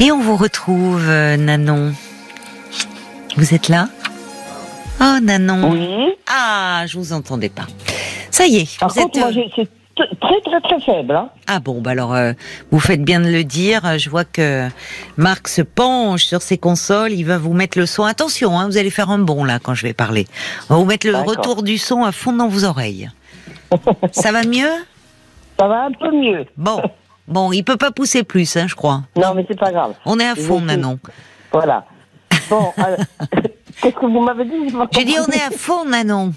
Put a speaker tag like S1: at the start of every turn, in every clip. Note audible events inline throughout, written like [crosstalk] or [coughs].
S1: Et on vous retrouve, euh, Nanon. Vous êtes là Oh, Nanon.
S2: Oui.
S1: Ah, je vous entendais pas. Ça y est,
S2: Par
S1: vous
S2: contre,
S1: êtes.
S2: moi,
S1: euh,
S2: j'ai- c'est t- très, très, très faible. hein.
S1: Ah bon, bah alors, euh, vous faites bien de le dire. Euh, Je vois que Marc se penche sur ses consoles. Il va vous mettre le son. Attention, hein, vous allez faire un bond là quand je vais parler. On va vous mettre le
S2: D'accord.
S1: retour du son à fond dans vos oreilles. Ça va mieux
S2: Ça va un peu mieux.
S1: Bon, bon, il peut pas pousser plus, hein, je crois.
S2: Non, mais c'est pas grave.
S1: On est à
S2: Il
S1: fond,
S2: veut
S1: Nanon.
S2: Voilà.
S1: [laughs]
S2: Bon, alors, [laughs] qu'est-ce que vous m'avez dit J'ai pas
S1: J'ai dit on
S2: compris.
S1: est à fond, Nanon.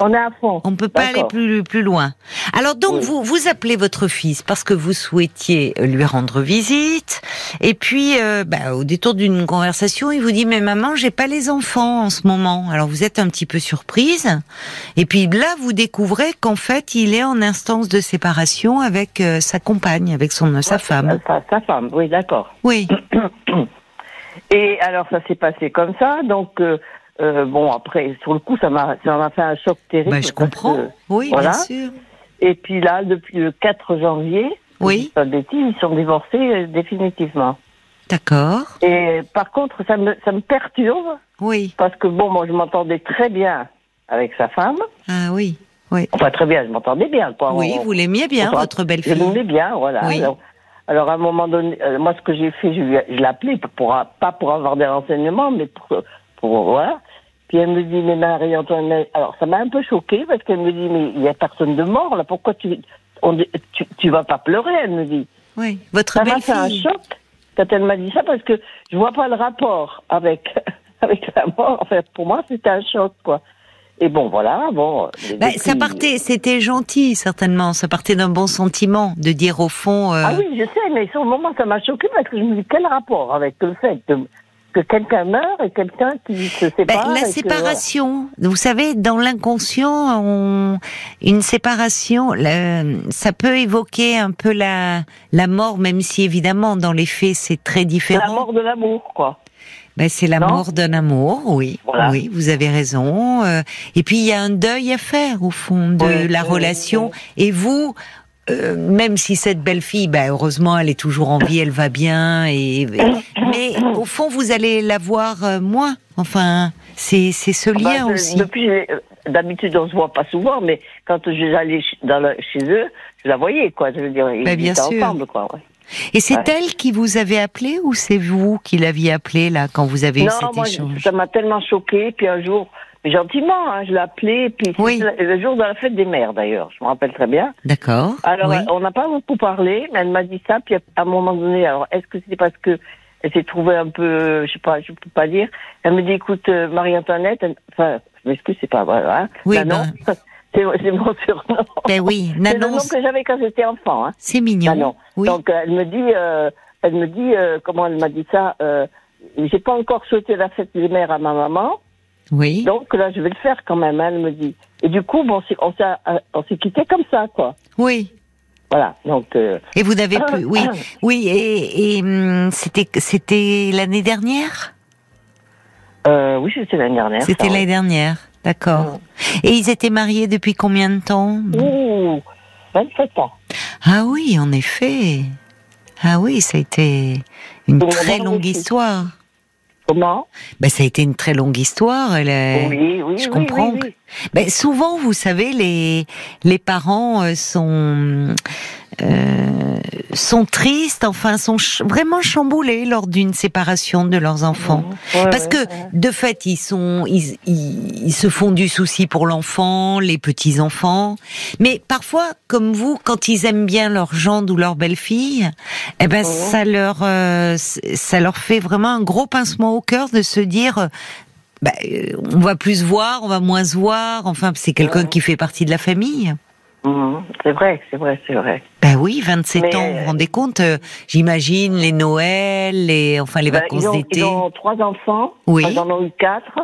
S2: On est à fond.
S1: On ne peut pas aller
S2: D'accord.
S1: plus, plus loin. Alors donc,
S2: Oui.
S1: vous, vous appelez votre fils parce que vous souhaitiez lui rendre visite. Et puis, euh, bah, au détour d'une conversation, il vous dit, mais maman, j'ai pas les enfants en ce moment. Alors vous êtes un petit peu surprise. Et puis là, vous découvrez qu'en fait, il est en instance de séparation avec euh, sa compagne, avec son, sa femme.
S2: Euh, Sa, sa femme, oui, d'accord.
S1: Oui. Bah,
S2: Et alors, ça s'est passé comme ça. Donc, euh, euh, bon, après, sur le coup, ça m'a ça m'a fait un choc terrible.
S1: Bah, je
S2: parce
S1: comprends.
S2: que-
S1: Oui,
S2: voilà.
S1: bien sûr.
S2: et puis là, depuis le 4 janvier,
S1: Oui.
S2: si je dis pas de bêtises, ils sont divorcés euh, définitivement.
S1: D'accord.
S2: Et par contre, ça me, ça me perturbe
S1: Oui.
S2: parce que, bon, moi, je m'entendais très bien avec sa femme.
S1: Ah oui. Oui.
S2: Enfin, très bien, je m'entendais bien. quoi.
S1: Oui,
S2: On-
S1: vous l'aimiez bien,
S2: Enfin,
S1: votre
S2: Je
S1: belle-fille.
S2: l'aimais bien, voilà.
S1: Oui.
S2: Alors, alors, à un moment donné, euh, moi, ce que j'ai fait, je, lui ai- je l'ai appelée, pour, pour- pas pour avoir des renseignements, mais pour, pour voilà. Puis elle me dit, mais Marie-Antoinette, alors ça m'a un peu choquée parce qu'elle me dit, mais il n'y a personne de mort, là, pourquoi tu, on, tu, tu vas pas pleurer, elle me dit.
S1: Oui, votre
S2: Ça m'a fait un
S1: belle-fille.
S2: choc quand elle m'a dit ça parce que je vois pas le rapport avec, [laughs] avec la mort. Enfin, pour moi, c'était un choc, quoi. Et bon, voilà, bon.
S1: Bah,
S2: depuis-
S1: ça partait, c'était gentil certainement, ça partait d'un bon sentiment de dire au fond. euh,
S2: Ah oui, je sais, mais sur le moment, ça m'a choqué parce que je me dis quel rapport avec le fait de- que quelqu'un meurt et quelqu'un qui se
S1: bah,
S2: sépare. et
S1: la
S2: que,
S1: séparation, vous savez, dans l'inconscient, on... une séparation, le- ça peut évoquer un peu la la mort, même si évidemment dans les faits c'est très
S2: voilà, la
S1: différent.
S2: mort de l'amour, quoi.
S1: Ben, c'est la
S2: Non
S1: mort d'un amour, oui.
S2: Voilà.
S1: Oui, vous avez raison. Euh, et puis il y a un deuil à faire au fond de
S2: Oui,
S1: la
S2: oui,
S1: relation. Et vous, euh, même si cette belle fille, ben, heureusement, elle est toujours en vie, elle va bien. Et, et- mais au fond, vous allez la voir euh, moins. Enfin, c'est c'est ce
S2: Bah,
S1: lien
S2: je-
S1: aussi.
S2: Depuis, j'ai- euh, d'habitude, on se voit pas souvent, mais quand je suis allée ch- dans la- chez eux, je la voyais, quoi. Je veux dire, ils
S1: Bah, bien
S2: étaient
S1: sûr.
S2: ensemble, quoi. ouais.
S1: Et c'est
S2: ouais.
S1: elle qui vous avait appelé ou c'est vous qui l'aviez appelé là quand vous avez eu
S2: Non,
S1: cet
S2: moi,
S1: échange
S2: ça m'a tellement choquée. Puis un jour, mais gentiment, hein, je l'ai appelée. Puis
S1: Oui.
S2: c'était le jour de la fête des mères, d'ailleurs, je me rappelle très bien.
S1: D'accord.
S2: Alors,
S1: oui.
S2: euh, on n'a pas beaucoup parlé, mais elle m'a dit ça. Puis à à un moment donné, alors est-ce que c'est parce que elle s'est trouvée un peu, euh, je sais pas, je peux pas dire. Elle me dit, écoute, euh, Marie-Antoinette, elle- enfin, je m'excuse, c'est pas vrai. Hein.
S1: Oui,
S2: Nanon, [laughs] c'est c'est mon surnom.
S1: Ben oui,
S2: [laughs] C'est le nom
S1: Nanon,
S2: que j'avais quand j'étais enfant. Hein.
S1: c'est mignon.
S2: Nanon.
S1: Oui.
S2: Donc euh, elle me dit, euh, elle me dit, euh, comment elle m'a dit ça euh, J'ai pas encore souhaité la fête des mères à ma maman,
S1: oui.
S2: donc là je vais le faire quand même. hein, elle me dit. Et du coup, bon, on s'est- on s'est euh, on s'est quitté comme ça, quoi.
S1: Oui.
S2: Voilà. Donc. euh,
S1: Et vous n'avez plus, oui,
S2: [clears throat] Ah.
S1: oui, et, et, hum, c'était c'était l'année dernière.
S2: Euh, oui, c'était l'année dernière.
S1: C'était
S2: ça,
S1: l'année dernière, d'accord. Et ils étaient mariés depuis combien de temps
S2: oui. Ouh, 27 ans.
S1: Ah oui, en effet. Ah oui, ça a été une
S2: Pour
S1: très
S2: moi
S1: longue
S2: aussi.
S1: histoire.
S2: Comment
S1: Ben, ça a été une très longue histoire. Elle est-
S2: Oui, oui,
S1: Eh, je
S2: oui,
S1: comprends
S2: oui,
S1: que-
S2: oui.
S1: Ben, souvent, vous savez, les, les parents euh, sont, euh, sont tristes, enfin, sont ch- vraiment chamboulés lors d'une séparation de leurs enfants.
S2: Mmh. Ouais,
S1: Parce
S2: ouais,
S1: que,
S2: ouais.
S1: de fait, ils, sont, ils, ils, ils se font du souci pour l'enfant, les petits-enfants. Mais parfois, comme vous, quand ils aiment bien leur gendre ou leur belle-fille, eh ben,
S2: Mhm.
S1: ça, leur, euh, c- ça leur fait vraiment un gros pincement au cœur de se dire. euh, bah, euh, on va plus se voir, on va moins se voir. Enfin, c'est quelqu'un
S2: Mhm.
S1: qui fait partie de la famille.
S2: Mhm, C'est vrai, c'est vrai, c'est vrai.
S1: Ben oui, 27
S2: Mais,
S1: ans, vous vous
S2: euh,
S1: rendez compte euh, J'imagine les Noëls, les, enfin les
S2: Ben,
S1: vacances
S2: ils, ont,
S1: d'été.
S2: ils ont trois enfants.
S1: Oui.
S2: Ils en ont eu quatre.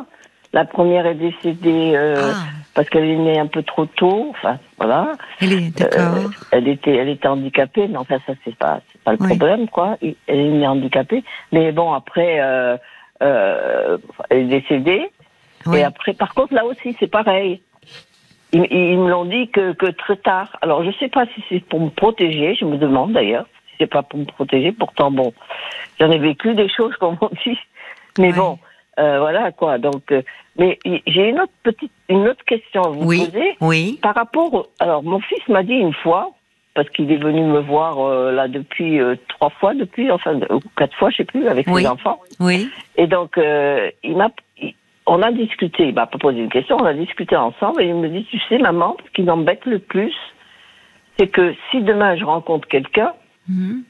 S2: La première est décédée euh,
S1: Ah,
S2: parce qu'elle est née un peu trop tôt. Enfin, voilà.
S1: elle est d'accord.
S2: Euh, elle était, elle était handicapée, mais enfin ça c'est pas, c'est pas le
S1: Oui.
S2: problème quoi. Elle est née handicapée, mais bon après, euh, euh, elle est décédée.
S1: Oui.
S2: Et après, par contre, là aussi, c'est pareil. Ils, ils me l'ont dit que, que très tard. Alors, je sais pas si c'est pour me protéger, je me demande d'ailleurs, si c'est pas pour me protéger, pourtant bon, j'en ai vécu des choses comme on dit, mais
S1: Ouais.
S2: bon, euh, voilà quoi. Donc, euh, mais y- j'ai une autre petite, une autre question à vous
S1: Oui,
S2: poser
S1: oui,
S2: par rapport. au- Alors, mon fils m'a dit une fois parce qu'il est venu me voir euh, là depuis euh, trois fois depuis, enfin de- ou quatre fois, je sais plus, avec
S1: Oui.
S2: les enfants.
S1: oui,
S2: Et donc, euh, il m'a, il- on a discuté, il m'a pas posé une question, on a discuté ensemble et il me dit, tu sais, maman, ce qui m'embête le plus, c'est que si demain je rencontre quelqu'un,
S1: Mhm.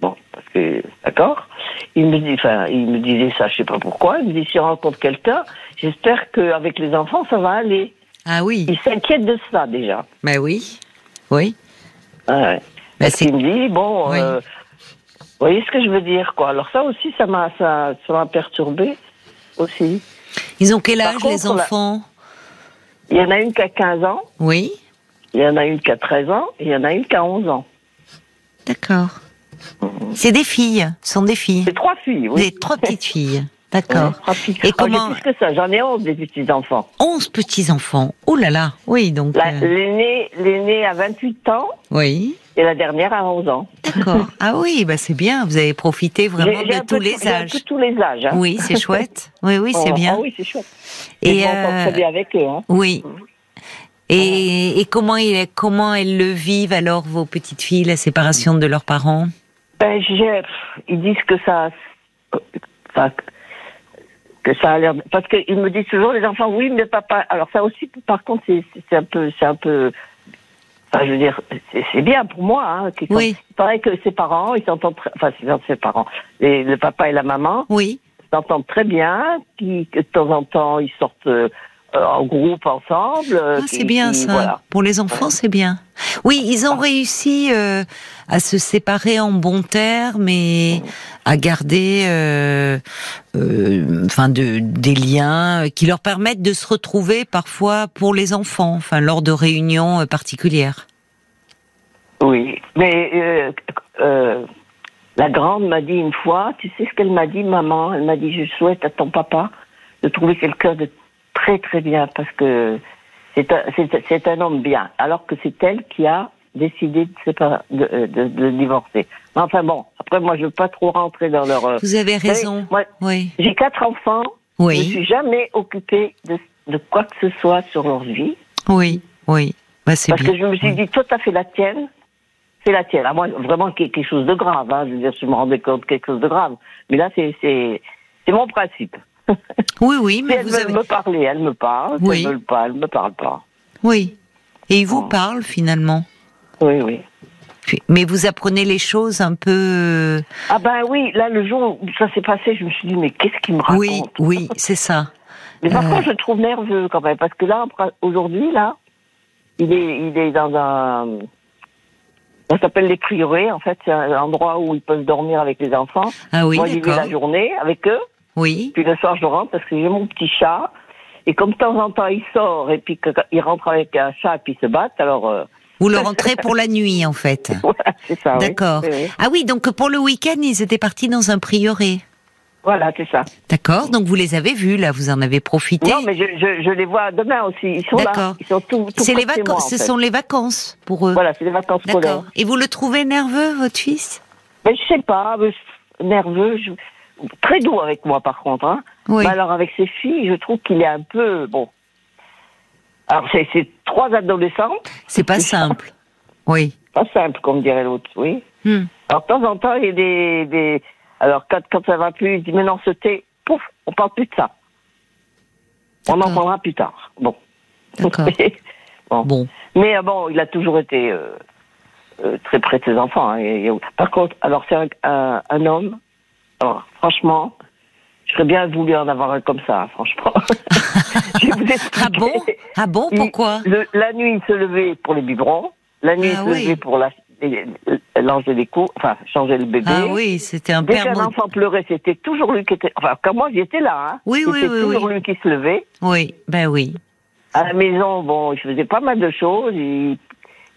S2: bon, parce que, d'accord, il me dit, enfin, il me disait ça, je sais pas pourquoi, il me dit, si je rencontre quelqu'un, j'espère qu'avec les enfants, ça va aller.
S1: ah oui,
S2: Il s'inquiète de ça, déjà.
S1: bah oui, oui.
S2: Ouais, ouais.
S1: Bah
S2: Parce
S1: c'est
S2: qu'il me dit, bon,
S1: Oui.
S2: euh, vous voyez ce que je veux dire, quoi. Alors ça aussi, ça m'a, ça, ça m'a perturbé aussi.
S1: Ils ont quel
S2: Par
S1: âge les
S2: contre, là-
S1: enfants
S2: Il y en a une qui a 15 ans,
S1: Oui,
S2: Il y en a une qui a 13 ans, et il y en a une qui a 11 ans.
S1: d'accord. C'est des filles, ce sont des filles,
S2: C'est trois filles, oui.
S1: des trois petites filles,
S2: Ouais,
S1: d'accord.
S2: trois filles.
S1: Et
S2: Oh,
S1: comment-
S2: j'ai plus que ça, j'en ai 11 des petits-enfants.
S1: 11 petits enfants. Oh là là, oui donc.
S2: La-
S1: euh,
S2: L'aînée l'aînée a 28 ans
S1: oui,
S2: et la dernière a 11 ans.
S1: [laughs] d'accord. Ah oui, bah c'est bien. Vous avez profité vraiment
S2: J'ai- j'ai un
S1: de tous
S2: peu tout-
S1: les
S2: j'ai un peu
S1: âges.
S2: tous les âges. hein.
S1: Oui, [laughs] c'est chouette. Oui, oui,
S2: Oh,
S1: c'est bien.
S2: oh oui, c'est chouette. Et
S1: Et
S2: je m'entends
S1: euh,
S2: très bien avec eux. hein.
S1: oui. Et, et comment, il, comment elles le vivent alors vos petites filles la séparation de leurs parents
S2: Ben, j'ai- pff, ils disent que ça... enfin, que ça a l'air... Parce qu'ils me disent toujours, les enfants, oui, mais papa... Alors ça aussi, par contre, c'est c'est- c'est un peu... C'est un peu... Enfin, je veux dire, c'est- c'est bien pour moi. Hein, qu'ils soient-
S1: Oui,
S2: Il paraît que ses parents, ils s'entendent très... Enfin, c'est ses parents. Les- le papa et la maman
S1: oui,
S2: s'entendent très bien, puis que de temps en temps, ils sortent euh, euh, en groupe ensemble. euh,
S1: Ah,
S2: qui-
S1: c'est bien
S2: qui-
S1: ça.
S2: voilà.
S1: Pour les enfants, c'est bien. Oui, ils ont réussi euh, à se séparer en bon terme et à garder, euh, euh, enfin, de, des liens euh, qui leur permettent de se retrouver parfois pour les enfants, enfin, lors de réunions euh, particulières.
S2: Oui, mais euh, euh, la grande m'a dit une fois, tu sais ce qu'elle m'a dit, maman Elle m'a dit, je souhaite à ton papa de trouver quelqu'un de très très bien, parce que c'est un, c'est- c'est un homme bien, alors que c'est elle qui a décidé de, sépar- de, euh, de- de divorcer. Mais Enfin bon, après moi je veux pas trop rentrer dans leur... euh,
S1: Vous avez raison.
S2: vous savez, moi,
S1: Oui,
S2: j'ai quatre enfants, je ne
S1: oui,
S2: suis jamais occupée de, de quoi que ce soit sur leur vie.
S1: oui, oui. Bah, c'est
S2: Parce
S1: bien.
S2: que je me suis
S1: Oui.
S2: dit, toi, t'as fait la tienne, c'est la tienne. À moi, vraiment, qu'il y ait quelque chose de grave. Hein. Je veux dire, je me rendais compte quelque chose de grave. Mais là, c'est c'est c'est mon principe.
S1: Oui, oui,
S2: Si
S1: mais
S2: elle
S1: vous
S2: veut
S1: avez.
S2: me parler, elle me parle. Si
S1: Oui.
S2: elle veut pas, elle me parle pas.
S1: Oui. Et ils vous
S2: Oh.
S1: parlent finalement.
S2: Oui, oui.
S1: Puis- Mais vous apprenez les choses un peu. euh,
S2: Ah ben oui, là, le jour où ça s'est passé, je me suis dit, mais qu'est-ce qu'il me raconte
S1: Oui, oui, c'est ça.
S2: Mais par
S1: Euh.
S2: contre, je le trouve nerveux quand même, parce que là, après- aujourd'hui, là, il est, il est dans un. Ça s'appelle les prieurés, en fait, c'est un endroit où ils peuvent dormir avec les enfants.
S1: Ah oui,
S2: Moi, j'y vais
S1: d'accord.
S2: la journée avec eux,
S1: Oui,
S2: puis le soir, je rentre parce que j'ai mon petit chat. Et comme de temps en temps, il sort et puis que- il rentre avec un chat et puis ils se battent, alors. euh, [laughs]
S1: vous le rentrez pour la nuit en fait.
S2: voilà, c'est ça. oui.
S1: D'accord.
S2: Oui, oui.
S1: Ah oui, donc pour le week-end, ils étaient partis dans un prieuré.
S2: Voilà, c'est ça.
S1: D'accord, donc vous les avez vus là, vous en avez profité.
S2: Non, mais je, je, je les vois demain aussi. Ils sont là.
S1: D'accord.
S2: Ils sont tout, tout
S1: c'est les
S2: près de chez
S1: vacances,
S2: moi, en
S1: ce
S2: fait.
S1: sont les vacances pour eux.
S2: Voilà, c'est les vacances scolaires.
S1: D'accord. Et vous le trouvez nerveux, votre fils
S2: Mais je sais pas, mais je- nerveux, je- très doux avec moi par contre. Hein.
S1: Oui.
S2: Mais alors avec ses filles, je trouve qu'il est un peu bon. Alors c'est c'est trois adolescents,
S1: C'est pas simple. Oui.
S2: pas simple comme dirait l'autre, oui.
S1: Hmm.
S2: Alors de temps en temps il y a des, des... alors quand quand ça va plus, il dit mais non ce thé, pouf, on parle plus de ça. On en
S1: D'accord.
S2: parlera plus tard. Bon.
S1: D'accord.
S2: bon.
S1: Bon.
S2: [laughs] Mais euh, bon, il a toujours été euh, euh, très près de ses enfants. hein, et- et- par contre, alors c'est un, un- un homme. Alors franchement, j'aurais bien voulu en avoir un comme ça, hein, franchement.
S1: [laughs]
S2: Je vais vous expliquer.
S1: Ah bon Ah bon,
S2: Il-
S1: pourquoi
S2: le- La nuit, il se levait pour les biberons. La nuit,
S1: Ah
S2: il se
S1: oui.
S2: levait pour la- euh, les- les- langer les coups, enfin changer le bébé.
S1: Ah oui, c'était un
S2: Dès
S1: père.
S2: qu'un
S1: mo-
S2: enfant pleurait, c'était toujours lui qui était. Enfin, quand moi j'étais là, hein,
S1: Oui, oui,
S2: c'était
S1: oui,
S2: toujours
S1: oui.
S2: lui qui se levait.
S1: Oui, ben oui.
S2: À la maison, bon, il faisait pas mal de choses. Il,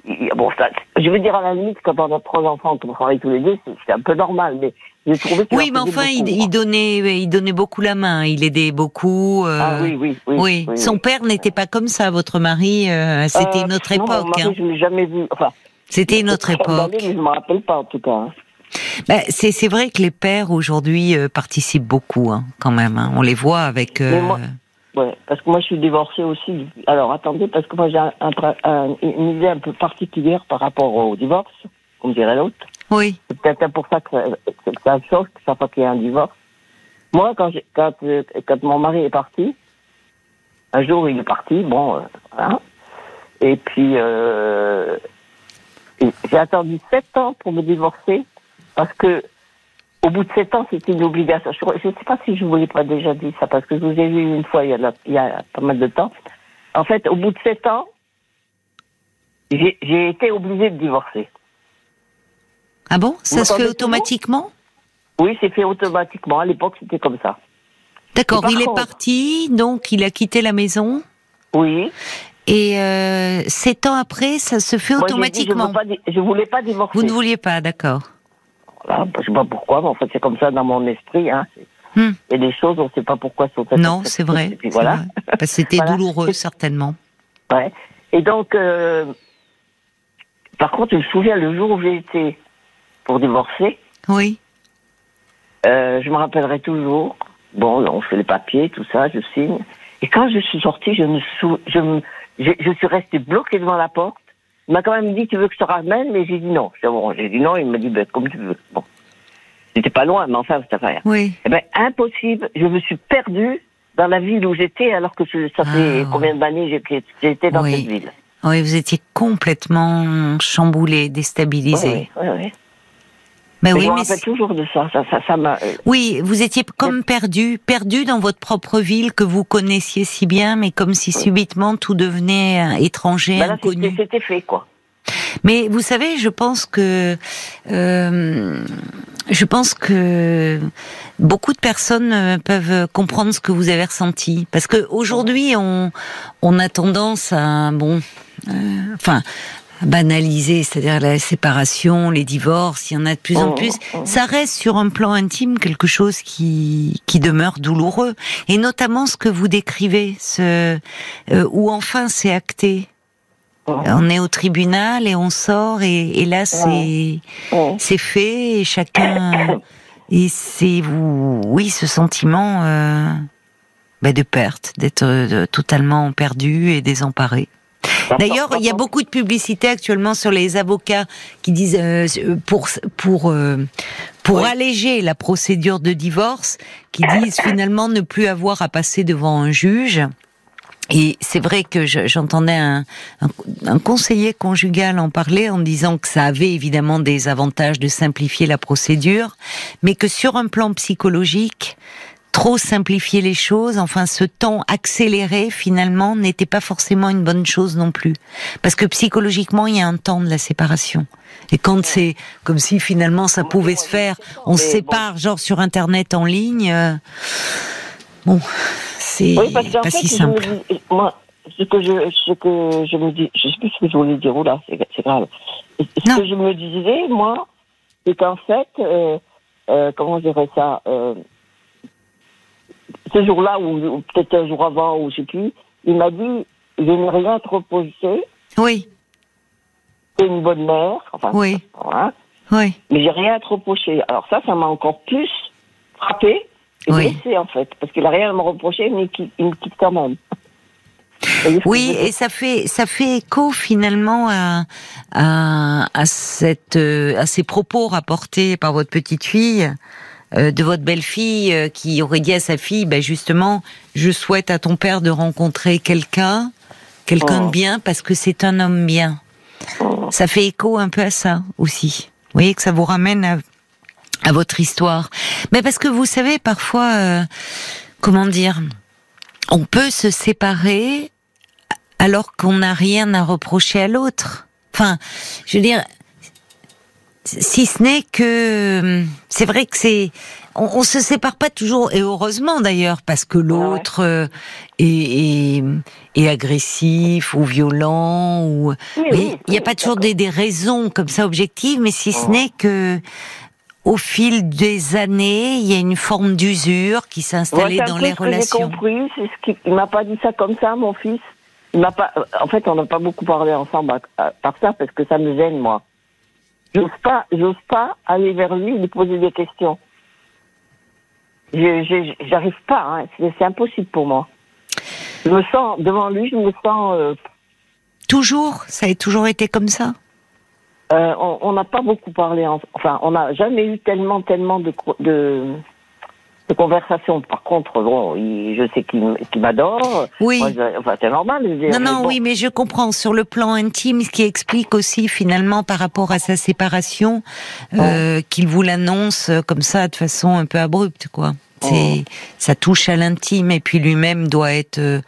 S2: il- bon, ça, je veux dire, à la limite, quand on a trois enfants qui travaillent tous les deux, c'est- c'est un peu normal, mais j'ai trouvé que
S1: Oui, mais enfin, il, il donnait, il donnait beaucoup la main. Il aidait beaucoup. euh,
S2: Ah oui, oui, oui.
S1: oui. son père n'était pas comme ça. Votre mari, euh, c'était
S2: Euh,
S1: une autre
S2: non, mon
S1: époque.
S2: mari,
S1: hein.
S2: je l'ai jamais vu. Enfin,
S1: C'était une autre époque.
S2: Scandaleux, mais je me rappelle pas en tout cas. hein.
S1: Ben, c'est c'est vrai que les pères aujourd'hui euh, participent beaucoup, hein, quand même. hein. On les voit avec. euh,
S2: Mais moi- Ouais, parce que moi je suis divorcée aussi. Alors attendez, parce que moi j'ai un- un tra- un- une idée un peu particulière par rapport au divorce, comme dirait l'autre.
S1: Oui.
S2: C'est peut-être pour ça que ça, que ça choque chaque fois qu'il y a un divorce. Moi, quand, j'ai- quand, euh, quand mon mari est parti, un jour il est parti, bon, euh, voilà. Et puis, euh, et j'ai attendu sept ans pour me divorcer parce que, au bout de sept ans, c'était une obligation. Je crois- Je ne sais pas si je ne vous l'ai pas déjà dit ça parce que je vous ai vu une fois il y a, la- il y a pas mal de temps. En fait, au bout de sept ans, j'ai j'ai été obligée de divorcer.
S1: Ah bon Ça
S2: Vous
S1: se fait
S2: entendez
S1: automatiquement
S2: Oui, c'est fait automatiquement. À l'époque, c'était comme ça.
S1: D'accord.
S2: Mais par
S1: Il est
S2: contre-
S1: parti, donc il a quitté la maison.
S2: Oui.
S1: Et euh, sept ans après, ça se fait
S2: Moi, j'ai dit,
S1: automatiquement.
S2: je, veux pas di- je voulais pas divorcer.
S1: Vous ne vouliez pas, d'accord.
S2: Voilà, je sais pas pourquoi, mais en fait, c'est comme ça dans mon esprit. Hein.
S1: Hmm.
S2: Il y a des choses, on ne sait pas pourquoi sont faites.
S1: Non, c'est
S2: Et
S1: vrai.
S2: puis
S1: c'est
S2: voilà.
S1: vrai. Parce que c'était
S2: [laughs] Voilà.
S1: douloureux, certainement.
S2: Ouais. Et donc, euh, par contre, je me souviens le jour où j'ai été pour divorcer,
S1: Oui.
S2: euh, je me rappellerai toujours. Bon, on fait les papiers, tout ça, je signe. Et quand je suis sortie, je me sou... je, me- je, je suis restée bloquée devant la porte. Il m'a quand même dit, tu veux que je te ramène Mais j'ai dit non. J'ai dit, bon, j'ai dit non, il m'a dit, ben, comme tu veux. Bon. J'étais pas loin, mais enfin, ça fait rien.
S1: Oui.
S2: Eh ben, impossible. Je me suis perdue dans la ville où j'étais, alors que je- ça
S1: Ah,
S2: fait
S1: ouais.
S2: combien d'années j'ai- que j'étais dans
S1: Oui.
S2: cette ville.
S1: Ah Oui, vous étiez complètement chamboulé,
S2: Oui,
S1: déstabilisé.
S2: Oh oui, oui, oui.
S1: Ben
S2: je
S1: oui,
S2: me
S1: mais
S2: rappelle
S1: c'est-
S2: toujours de ça. Ça, ça, ça m'a. euh,
S1: oui, vous étiez comme perdu, perdu dans votre propre ville que vous connaissiez si bien, mais comme si subitement tout devenait euh, étranger,
S2: ben là, c'était-
S1: inconnu.
S2: c'était fait, quoi.
S1: Mais vous savez, je pense que euh, je pense que beaucoup de personnes euh, peuvent comprendre ce que vous avez ressenti, parce que aujourd'hui on on a tendance à bon, euh, enfin à banaliser, c'est-à-dire la séparation, les divorces, il y en a de plus en
S2: Oh,
S1: plus.
S2: oh.
S1: Ça reste sur un plan intime quelque chose qui qui demeure douloureux, et notamment ce que vous décrivez, ce euh, où enfin c'est acté.
S2: Oh,
S1: On est au tribunal et on sort et, et là c'est
S2: oh.
S1: c'est fait et chacun et c'est vous oui ce sentiment euh, bah, de perte d'être euh, totalement perdu et désemparé. D'ailleurs, il y a beaucoup de publicité actuellement sur les avocats qui disent euh, pour pour euh, pour
S2: Oui.
S1: alléger la procédure de divorce, qui disent finalement ne plus avoir à passer devant un juge. Et c'est vrai que je- j'entendais un, un, un conseiller conjugal en parler en disant que ça avait évidemment des avantages de simplifier la procédure, mais que sur un plan psychologique, trop simplifier les choses, enfin ce temps accéléré finalement n'était pas forcément une bonne chose non plus. Parce que psychologiquement, il y a un temps de la séparation. Et quand c'est comme si finalement ça
S2: Moi,
S1: pouvait
S2: moi,
S1: se
S2: je
S1: faire,
S2: sais pas,
S1: on se
S2: mais bon.
S1: sépare genre sur Internet en ligne, euh, bon, c'est
S2: Oui, parce qu'en
S1: pas
S2: fait,
S1: si
S2: je me
S1: simple.
S2: dis, moi, ce que je, ce que je me dis, je sais plus ce que je voulais dire, là, c'est c'est grave. Ce
S1: Non.
S2: que je me disais, moi, c'est qu'en fait, euh, euh, comment je dirais ça, euh, ce jour-là, ou, ou peut-être un jour avant, ou je sais plus, il m'a dit, je n'ai rien à te reprocher,
S1: Oui,
S2: t'es une bonne mère, enfin,
S1: oui,
S2: voilà,
S1: oui.
S2: mais j'ai rien à te reprocher. Alors ça, ça m'a encore plus frappé et
S1: Oui.
S2: blessé, en fait, parce qu'il a rien à me reprocher, mais qu'il- il me quitte quand même. Vous voyez ce que je
S1: Oui,
S2: veux dire
S1: et ça fait ça fait écho finalement à à, à cette euh, à ces propos rapportés par votre petite fille euh, de votre belle-fille euh, qui aurait dit à sa fille ben justement je souhaite à ton père de rencontrer quelqu'un quelqu'un de
S2: Oh.
S1: bien parce que c'est un homme bien.
S2: Oh.
S1: Ça fait écho un peu à ça aussi. Vous voyez que ça vous ramène à, à votre histoire. Mais parce que vous savez, parfois, euh, comment dire, on peut se séparer alors qu'on n'a rien à reprocher à l'autre. Enfin, je veux dire, si ce n'est que euh, c'est vrai que c'est on, on se sépare pas toujours et heureusement d'ailleurs parce que l'autre euh, est, est, est agressif ou violent ou
S2: Oui,
S1: oui,
S2: oui,
S1: il n'y a
S2: oui,
S1: pas toujours des, des raisons comme ça objectives, mais si ce
S2: Oh.
S1: n'est que au fil des années, il y a une forme d'usure qui s'est
S2: Moi,
S1: installée
S2: c'est un
S1: dans
S2: peu
S1: les
S2: ce que J'ai
S1: relations.
S2: compris, c'est ce qu'il il m'a pas dit ça comme ça, mon fils. Il m'a pas, en fait, on n'a pas beaucoup parlé ensemble à- à- par ça parce que ça me gêne, moi. J'ose pas, j'ose pas aller vers lui et lui poser des questions. Je, je- j'arrive pas, hein. c'est, c'est impossible pour moi. Je me sens, devant lui, je me sens, euh,
S1: Toujours Ça a toujours été comme ça
S2: euh, on on n'a pas beaucoup parlé, en- enfin, on n'a jamais eu tellement, tellement de, co- de, de conversations. Par contre, bon, il- je sais qu'il, m- qu'il m'adore.
S1: Oui.
S2: Moi, je- enfin, c'est normal. je veux dire,
S1: Non, non,
S2: mais bon.
S1: oui, mais je comprends sur le plan intime, ce qui explique aussi finalement par rapport à sa séparation,
S2: Oh.
S1: euh, qu'il vous l'annonce euh, comme ça de façon un peu abrupte, quoi.
S2: Oh.
S1: C'est, ça touche à l'intime et puis lui-même doit être euh,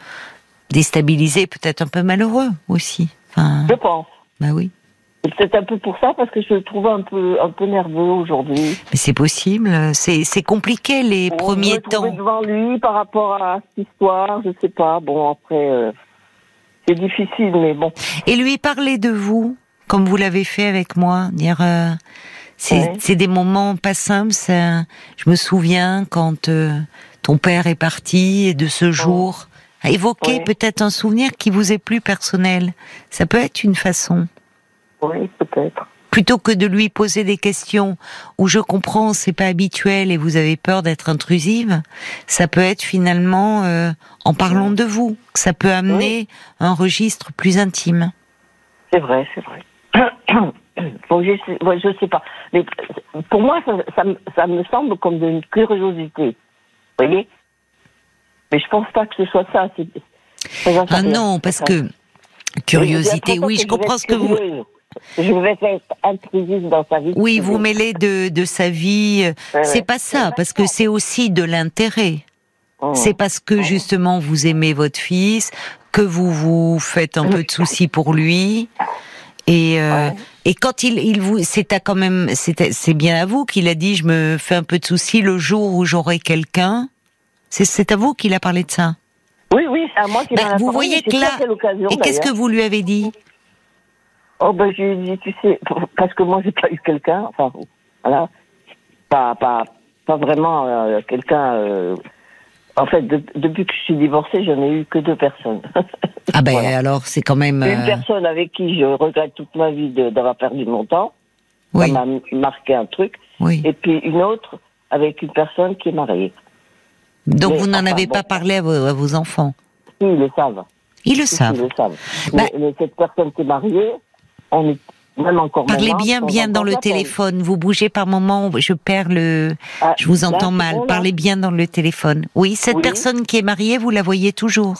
S1: déstabilisé, peut-être un peu malheureux aussi. Enfin,
S2: Je pense.
S1: bah oui,
S2: C'est peut-être un peu pour ça, parce que je le trouve un peu, un peu nerveux aujourd'hui.
S1: mais c'est possible. euh, C'est, c'est compliqué les
S2: On
S1: premiers
S2: me trouvait
S1: temps.
S2: devant lui par rapport à cette histoire, je sais pas. Bon, après, euh, c'est difficile, mais bon.
S1: Et lui parler de vous, comme vous l'avez fait avec moi, dire euh, c'est
S2: Ouais.
S1: c'est des moments pas simples. ça. Je me souviens quand euh, ton père est parti et de ce jour. Évoquer
S2: Ouais.
S1: peut-être un souvenir qui vous est plus personnel. Ça peut être une façon.
S2: Oui, peut-être.
S1: Plutôt que de lui poser des questions où je comprends, c'est pas habituel et vous avez peur d'être intrusive, ça peut être finalement euh, en parlant de vous. que Ça peut amener un registre plus intime.
S2: C'est vrai, c'est vrai. [coughs] bon, je, sais, ouais, je sais pas. Mais pour moi, ça, ça me- ça me semble comme une curiosité. Vous voyez Mais je pense pas que ce soit ça. c'est- ça va
S1: Ah
S2: servir.
S1: non, parce
S2: Ça-
S1: que curiosité, oui, je comprends ce que vous.
S2: Je vais être intrusif dans sa vie.
S1: Oui, vous mêlez de, de sa vie.
S2: Ouais,
S1: C'est
S2: ouais.
S1: pas ça, parce que c'est aussi de l'intérêt.
S2: Mmh.
S1: C'est parce que justement vous aimez votre fils, que vous vous faites un peu de soucis pour lui. Et, euh, et quand il, il vous, c'est à quand même, c'est c'est bien à vous qu'il a dit, je me fais un peu de soucis le jour où j'aurai quelqu'un. C'est- C'est à vous qu'il a parlé de ça.
S2: Oui, oui, c'est à moi qui
S1: Ben,
S2: m'en a
S1: vous
S2: parlé,
S1: voyez
S2: je sais
S1: que là-
S2: pas à quelle occasion,
S1: Et qu'est-ce que
S2: d'ailleurs.
S1: vous lui avez dit
S2: Oh, ben, je lui ai dit, tu sais, parce que moi, j'ai pas eu quelqu'un, enfin, voilà, pas, pas, pas vraiment euh, quelqu'un. euh, en fait, de- depuis que je suis divorcée, je n'ai eu que deux
S1: [laughs]
S2: personnes.
S1: Ah ben
S2: Voilà.
S1: alors c'est quand même.
S2: Une
S1: euh,
S2: personne avec qui je regrette toute ma vie de- d'avoir perdu mon temps,
S1: oui,
S2: ça m'a marqué un truc,
S1: oui.
S2: et puis une autre avec une personne qui est mariée.
S1: Donc
S2: Mais
S1: vous n'en
S2: enfin,
S1: avez
S2: bon.
S1: pas parlé à vos, à vos enfants.
S2: Si, ils le savent.
S1: Ils le
S2: Si, si,
S1: savent.
S2: Ils le savent.
S1: Bah-
S2: Mais, mais cette personne qui est mariée, on est même encore
S1: Parlez
S2: maintenant,
S1: bien,
S2: on
S1: bien dans
S2: entend
S1: le
S2: ça, on-
S1: téléphone. Vous bougez par moment. Je perds le.
S2: Ah,
S1: Je vous
S2: là,
S1: entends
S2: c'est
S1: mal.
S2: bon, là
S1: Parlez bien dans le téléphone. Oui, cette
S2: Oui.
S1: personne qui est mariée, vous la voyez toujours.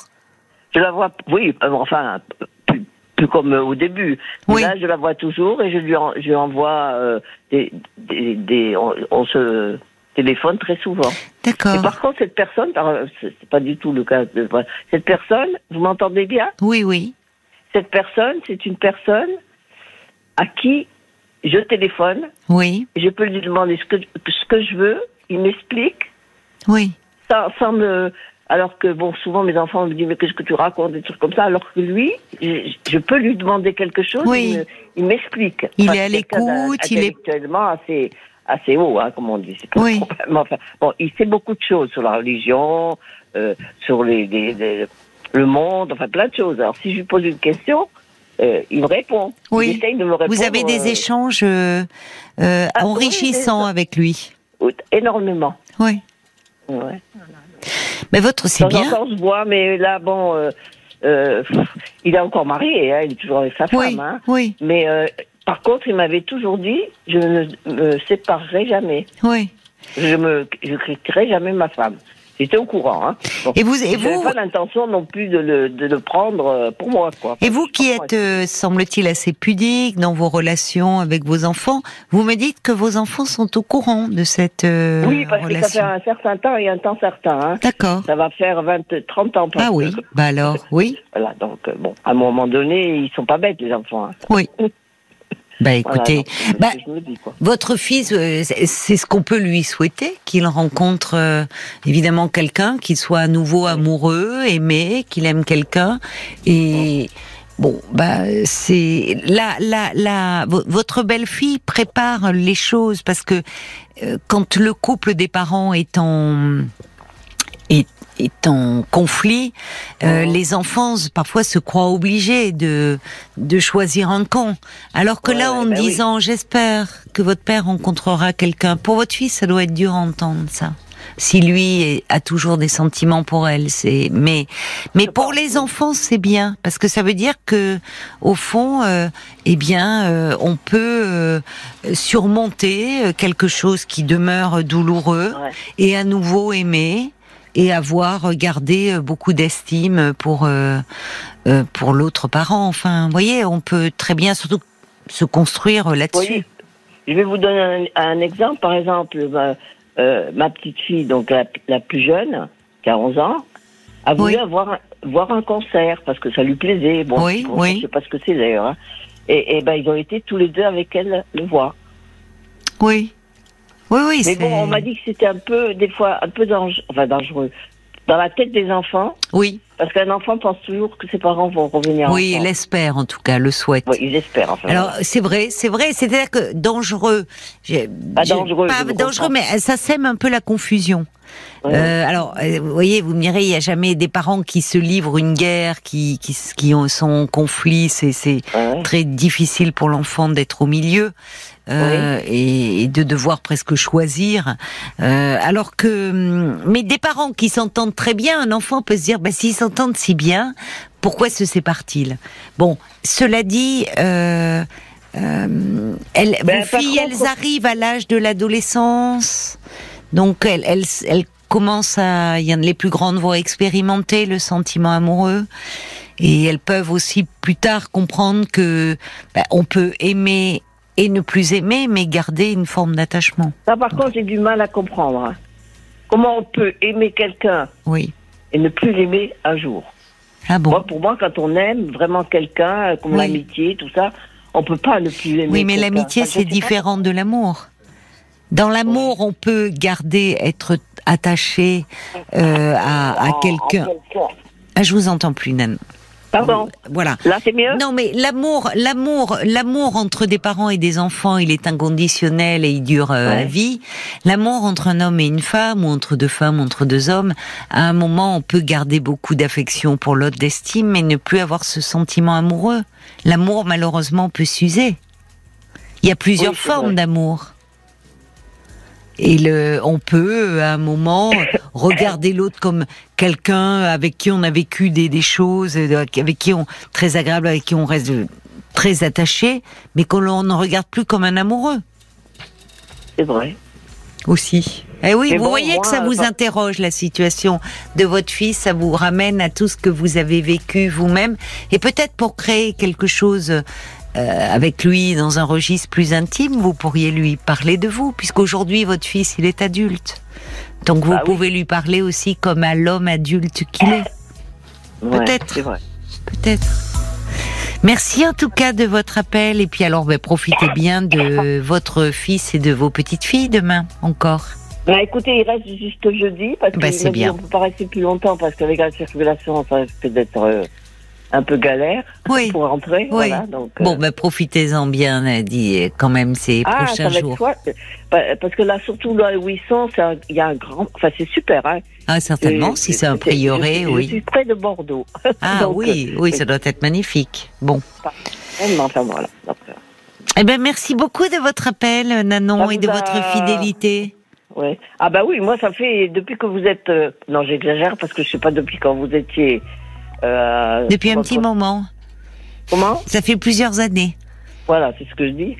S2: Je la vois, oui, euh, enfin, plus, plus comme euh, au début. Mais
S1: Oui.
S2: Là, je la vois toujours et je lui, en- je lui envoie euh, des, des, des- on, on se téléphone très souvent. Et
S1: D'accord.
S2: par contre, cette personne, par- c'est c'est pas du tout le cas. De, cette personne, vous m'entendez bien
S1: Oui, oui.
S2: Cette personne, c'est une personne à qui je téléphone,
S1: Oui,
S2: je peux lui demander ce que, ce que je veux, il m'explique
S1: oui.
S2: ça semble. Alors que, bon, souvent mes enfants me disent, mais qu'est-ce que tu racontes, des trucs comme ça. Alors que lui, je, je peux lui demander quelque chose,
S1: Oui.
S2: il me- il m'explique.
S1: Il
S2: Enfin,
S1: est à
S2: c'est quelqu'un d'in-
S1: l'écoute, il est-
S2: Intellectuellement assez, assez haut, hein, comme on dit. C'est pas
S1: Oui.
S2: complètement- enfin, bon, il sait beaucoup de choses sur la religion, euh, sur les, les- les- le monde, enfin plein de choses. Alors si je lui pose une question, euh, il me répond.
S1: Oui.
S2: Il essaye de me répondre.
S1: Vous avez des
S2: euh,
S1: échanges euh, euh,
S2: Ah, oui,
S1: enrichissants
S2: des-
S1: avec lui.
S2: euh, énormément.
S1: Oui.
S2: Ouais.
S1: Mais votre, c'est
S2: Dans
S1: bien.
S2: on se voit, mais là, bon, euh, euh, pff, il est encore marié, hein, il est toujours avec sa
S1: Oui,
S2: femme. Hein,
S1: oui,
S2: mais euh, par contre, il m'avait toujours dit, je ne me séparerai jamais.
S1: oui.
S2: Je me, je critiquerai jamais ma femme. J'étais au courant. Hein. Bon,
S1: Et vous, et
S2: j'avais
S1: vous,
S2: pas l'intention non plus de le, de le prendre euh, pour moi, quoi.
S1: Et vous qui
S2: Ah, Ouais.
S1: êtes, euh, semble-t-il, assez pudique dans vos relations avec vos enfants, vous me dites que vos enfants sont au courant de cette euh,
S2: oui, parce que ça fait
S1: relation.
S2: un certain temps et un temps certain. Hein.
S1: D'accord.
S2: Ça va faire 20, 30 ans.
S1: Ah
S2: presque.
S1: oui, bah alors, oui,
S2: Voilà, donc, euh, bon, à un moment donné, ils sont pas bêtes, les enfants. hein. [laughs]
S1: oui. Bah
S2: Voilà,
S1: écoutez,
S2: donc, c'est ce
S1: bah,
S2: que je me dis, quoi.
S1: votre fils, euh, c'est c'est ce qu'on peut lui souhaiter, qu'il rencontre euh, évidemment quelqu'un, qu'il soit à nouveau amoureux, aimé, qu'il aime quelqu'un. Et bon, bah euh, c'est là, là, là, vo- votre belle-fille prépare les choses parce que euh, quand le couple des parents est en est, est en conflit, euh, les enfants s- parfois se croient obligés de de choisir un camp. Alors que
S2: Ouais,
S1: là, en
S2: ouais, bah oui.
S1: disant j'espère que votre père rencontrera quelqu'un pour votre fils, ça doit être dur à entendre ça. Si lui est- a toujours des sentiments pour elle, c'est mais mais
S2: Je
S1: pour
S2: pense,
S1: les
S2: oui.
S1: enfants c'est bien parce que ça veut dire que au fond, euh, eh bien, euh, on peut euh, surmonter euh, quelque chose qui demeure douloureux
S2: Ouais.
S1: et à nouveau aimer et avoir gardé euh, beaucoup d'estime pour euh, euh, pour l'autre parent. Enfin, vous voyez, on peut très bien surtout se construire euh,
S2: Vous
S1: là-dessus.
S2: voyez, je vais vous donner un, un exemple. Par exemple, ma, euh, ma petite fille, donc la, la plus jeune, qui a 11 ans, a voulu
S1: Oui.
S2: avoir, un- voir un concert parce que ça lui plaisait. Bon,
S1: Oui,
S2: bon,
S1: oui.
S2: je sais pas ce que c'est d'ailleurs. hein. Et, et ben, ils ont été tous les deux avec elle le voir.
S1: Oui, oui, oui.
S2: Mais
S1: c'est-
S2: bon, on m'a dit que c'était un peu, des fois, un peu dangereux, enfin, dangereux. Dans la tête des enfants,
S1: Oui,
S2: parce qu'un enfant pense toujours que ses parents vont revenir
S1: oui,
S2: ensemble.
S1: l'espère en tout cas, le souhaite.
S2: Ouais, ils espèrent, enfin.
S1: Alors c'est vrai, c'est vrai, c'est-à-dire que dangereux, j'ai-
S2: Ah,
S1: j'ai-
S2: dangereux,
S1: pas
S2: je vous
S1: dangereux,
S2: comprends.
S1: mais ça sème un peu la confusion.
S2: Ouais.
S1: Euh, alors, euh, vous voyez, vous me direz, il n'y a jamais des parents qui se livrent une guerre, qui qui, s- qui ont- sont en conflit. C'est c'est
S2: Ouais.
S1: très difficile pour l'enfant d'être au milieu euh, et, et de devoir presque choisir. Euh, alors que, hum, mais des parents qui s'entendent très bien, un enfant peut se dire, bah, s'ils s'entendent si bien, pourquoi se séparent-ils Bon, cela dit. Euh, euh, elles,
S2: Ben,
S1: vos
S2: par
S1: filles,
S2: contre-
S1: elles arrivent à l'âge de l'adolescence, donc elles, elles, elles commencent à, il y en a les plus grandes vont expérimenter le sentiment amoureux, et elles peuvent aussi plus tard comprendre que bah, on peut aimer et ne plus aimer, mais garder une forme d'attachement.
S2: Ça, par contre, j'ai du mal à comprendre. hein. Comment on peut aimer quelqu'un
S1: Oui.
S2: et ne plus l'aimer un jour.
S1: Ah bon.
S2: Moi, pour moi, quand on aime vraiment quelqu'un, euh, comme
S1: Oui.
S2: l'amitié, tout ça, on peut pas ne plus l'aimer.
S1: oui, mais
S2: quelqu'un.
S1: l'amitié
S2: Enfin, je
S1: c'est
S2: sais pas.
S1: différent de l'amour. Dans l'amour, on peut garder, être attaché euh, à, à
S2: Oh, En- en
S1: quelqu'un. Ah, je vous entends plus, Nan.
S2: Pardon.
S1: Voilà.
S2: Là, c'est mieux.
S1: Non, mais l'amour, l'amour, l'amour entre des parents et des enfants, il est inconditionnel et il dure euh, à
S2: Ouais.
S1: vie. L'amour entre un homme et une femme, ou entre deux femmes, entre deux hommes, à un moment, on peut garder beaucoup d'affection pour l'autre, d'estime, mais ne plus avoir ce sentiment amoureux. L'amour, malheureusement, peut s'user. Il y a plusieurs
S2: Oui, c'est
S1: formes
S2: vrai.
S1: d'amour. Et le, on peut, à un
S2: [coughs]
S1: moment, regarder l'autre comme quelqu'un avec qui on a vécu des, des choses, euh, avec qui on, très agréable, avec qui on reste euh, très attaché, mais qu'on l'on ne regarde plus comme un amoureux
S2: C'est vrai.
S1: aussi. Eh oui,
S2: Mais
S1: vous
S2: bon,
S1: voyez
S2: moi,
S1: que ça vous
S2: enfin-
S1: interroge la situation de votre fils, ça vous ramène à tout ce que vous avez vécu vous-même, et peut-être pour créer quelque chose euh, avec lui dans un registre plus intime, vous pourriez lui parler de vous, puisqu'aujourd'hui votre fils il est adulte, donc vous
S2: Bah oui.
S1: pouvez lui parler aussi comme à l'homme adulte qu'il est,
S2: Ouais,
S1: Peut-être.
S2: C'est vrai.
S1: peut-être. Merci en tout cas de votre appel, et puis alors ben, profitez bien de votre fils et de vos petites filles demain encore.
S2: Bah, écoutez, il reste juste jeudi parce
S1: Bah, c'est
S2: que
S1: bien.
S2: on peut pas rester plus longtemps parce qu'avec la circulation, ça risque d'être euh, un peu galère
S1: Oui.
S2: [laughs] pour rentrer.
S1: Oui.
S2: Voilà, donc, euh,
S1: Bon, ben profitez-en bien, euh, dit euh, quand même ces
S2: Ah, ça
S1: prochains
S2: va être
S1: jours.
S2: chouette. Bah, Parce que là, surtout là où ils sont, c'est un- il y a un grand. Enfin, c'est super. Hein.
S1: Ah, certainement,
S2: Et-
S1: si c'est un
S2: et-
S1: prioré,
S2: je- Je
S1: oui.
S2: suis près de Bordeaux.
S1: Ah
S2: donc,
S1: oui, oui, ça doit être magnifique. Bon.
S2: Vraiment, enfin voilà. Donc, euh,
S1: Eh ben, merci beaucoup de votre appel, euh, Nanon,
S2: Ça
S1: et de
S2: vous a-
S1: votre fidélité.
S2: ouais. Ah bah oui, moi ça fait depuis que vous êtes. euh, non, j'exagère parce que je sais pas depuis quand vous étiez. euh,
S1: Depuis un
S2: votre-
S1: petit moment.
S2: Comment
S1: Ça fait plusieurs années.
S2: Voilà, c'est ce que je dis.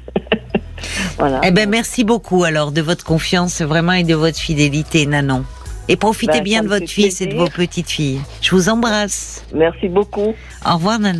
S2: [laughs] voilà.
S1: Eh ben, merci beaucoup, alors, de votre confiance, vraiment, et de votre fidélité, Nanon. Et profitez
S2: Ben,
S1: bien
S2: ça
S1: de
S2: me
S1: votre
S2: fait
S1: fils et de vos
S2: plaisir.
S1: petites filles. Je vous embrasse.
S2: Merci beaucoup.
S1: Au revoir, Nanon.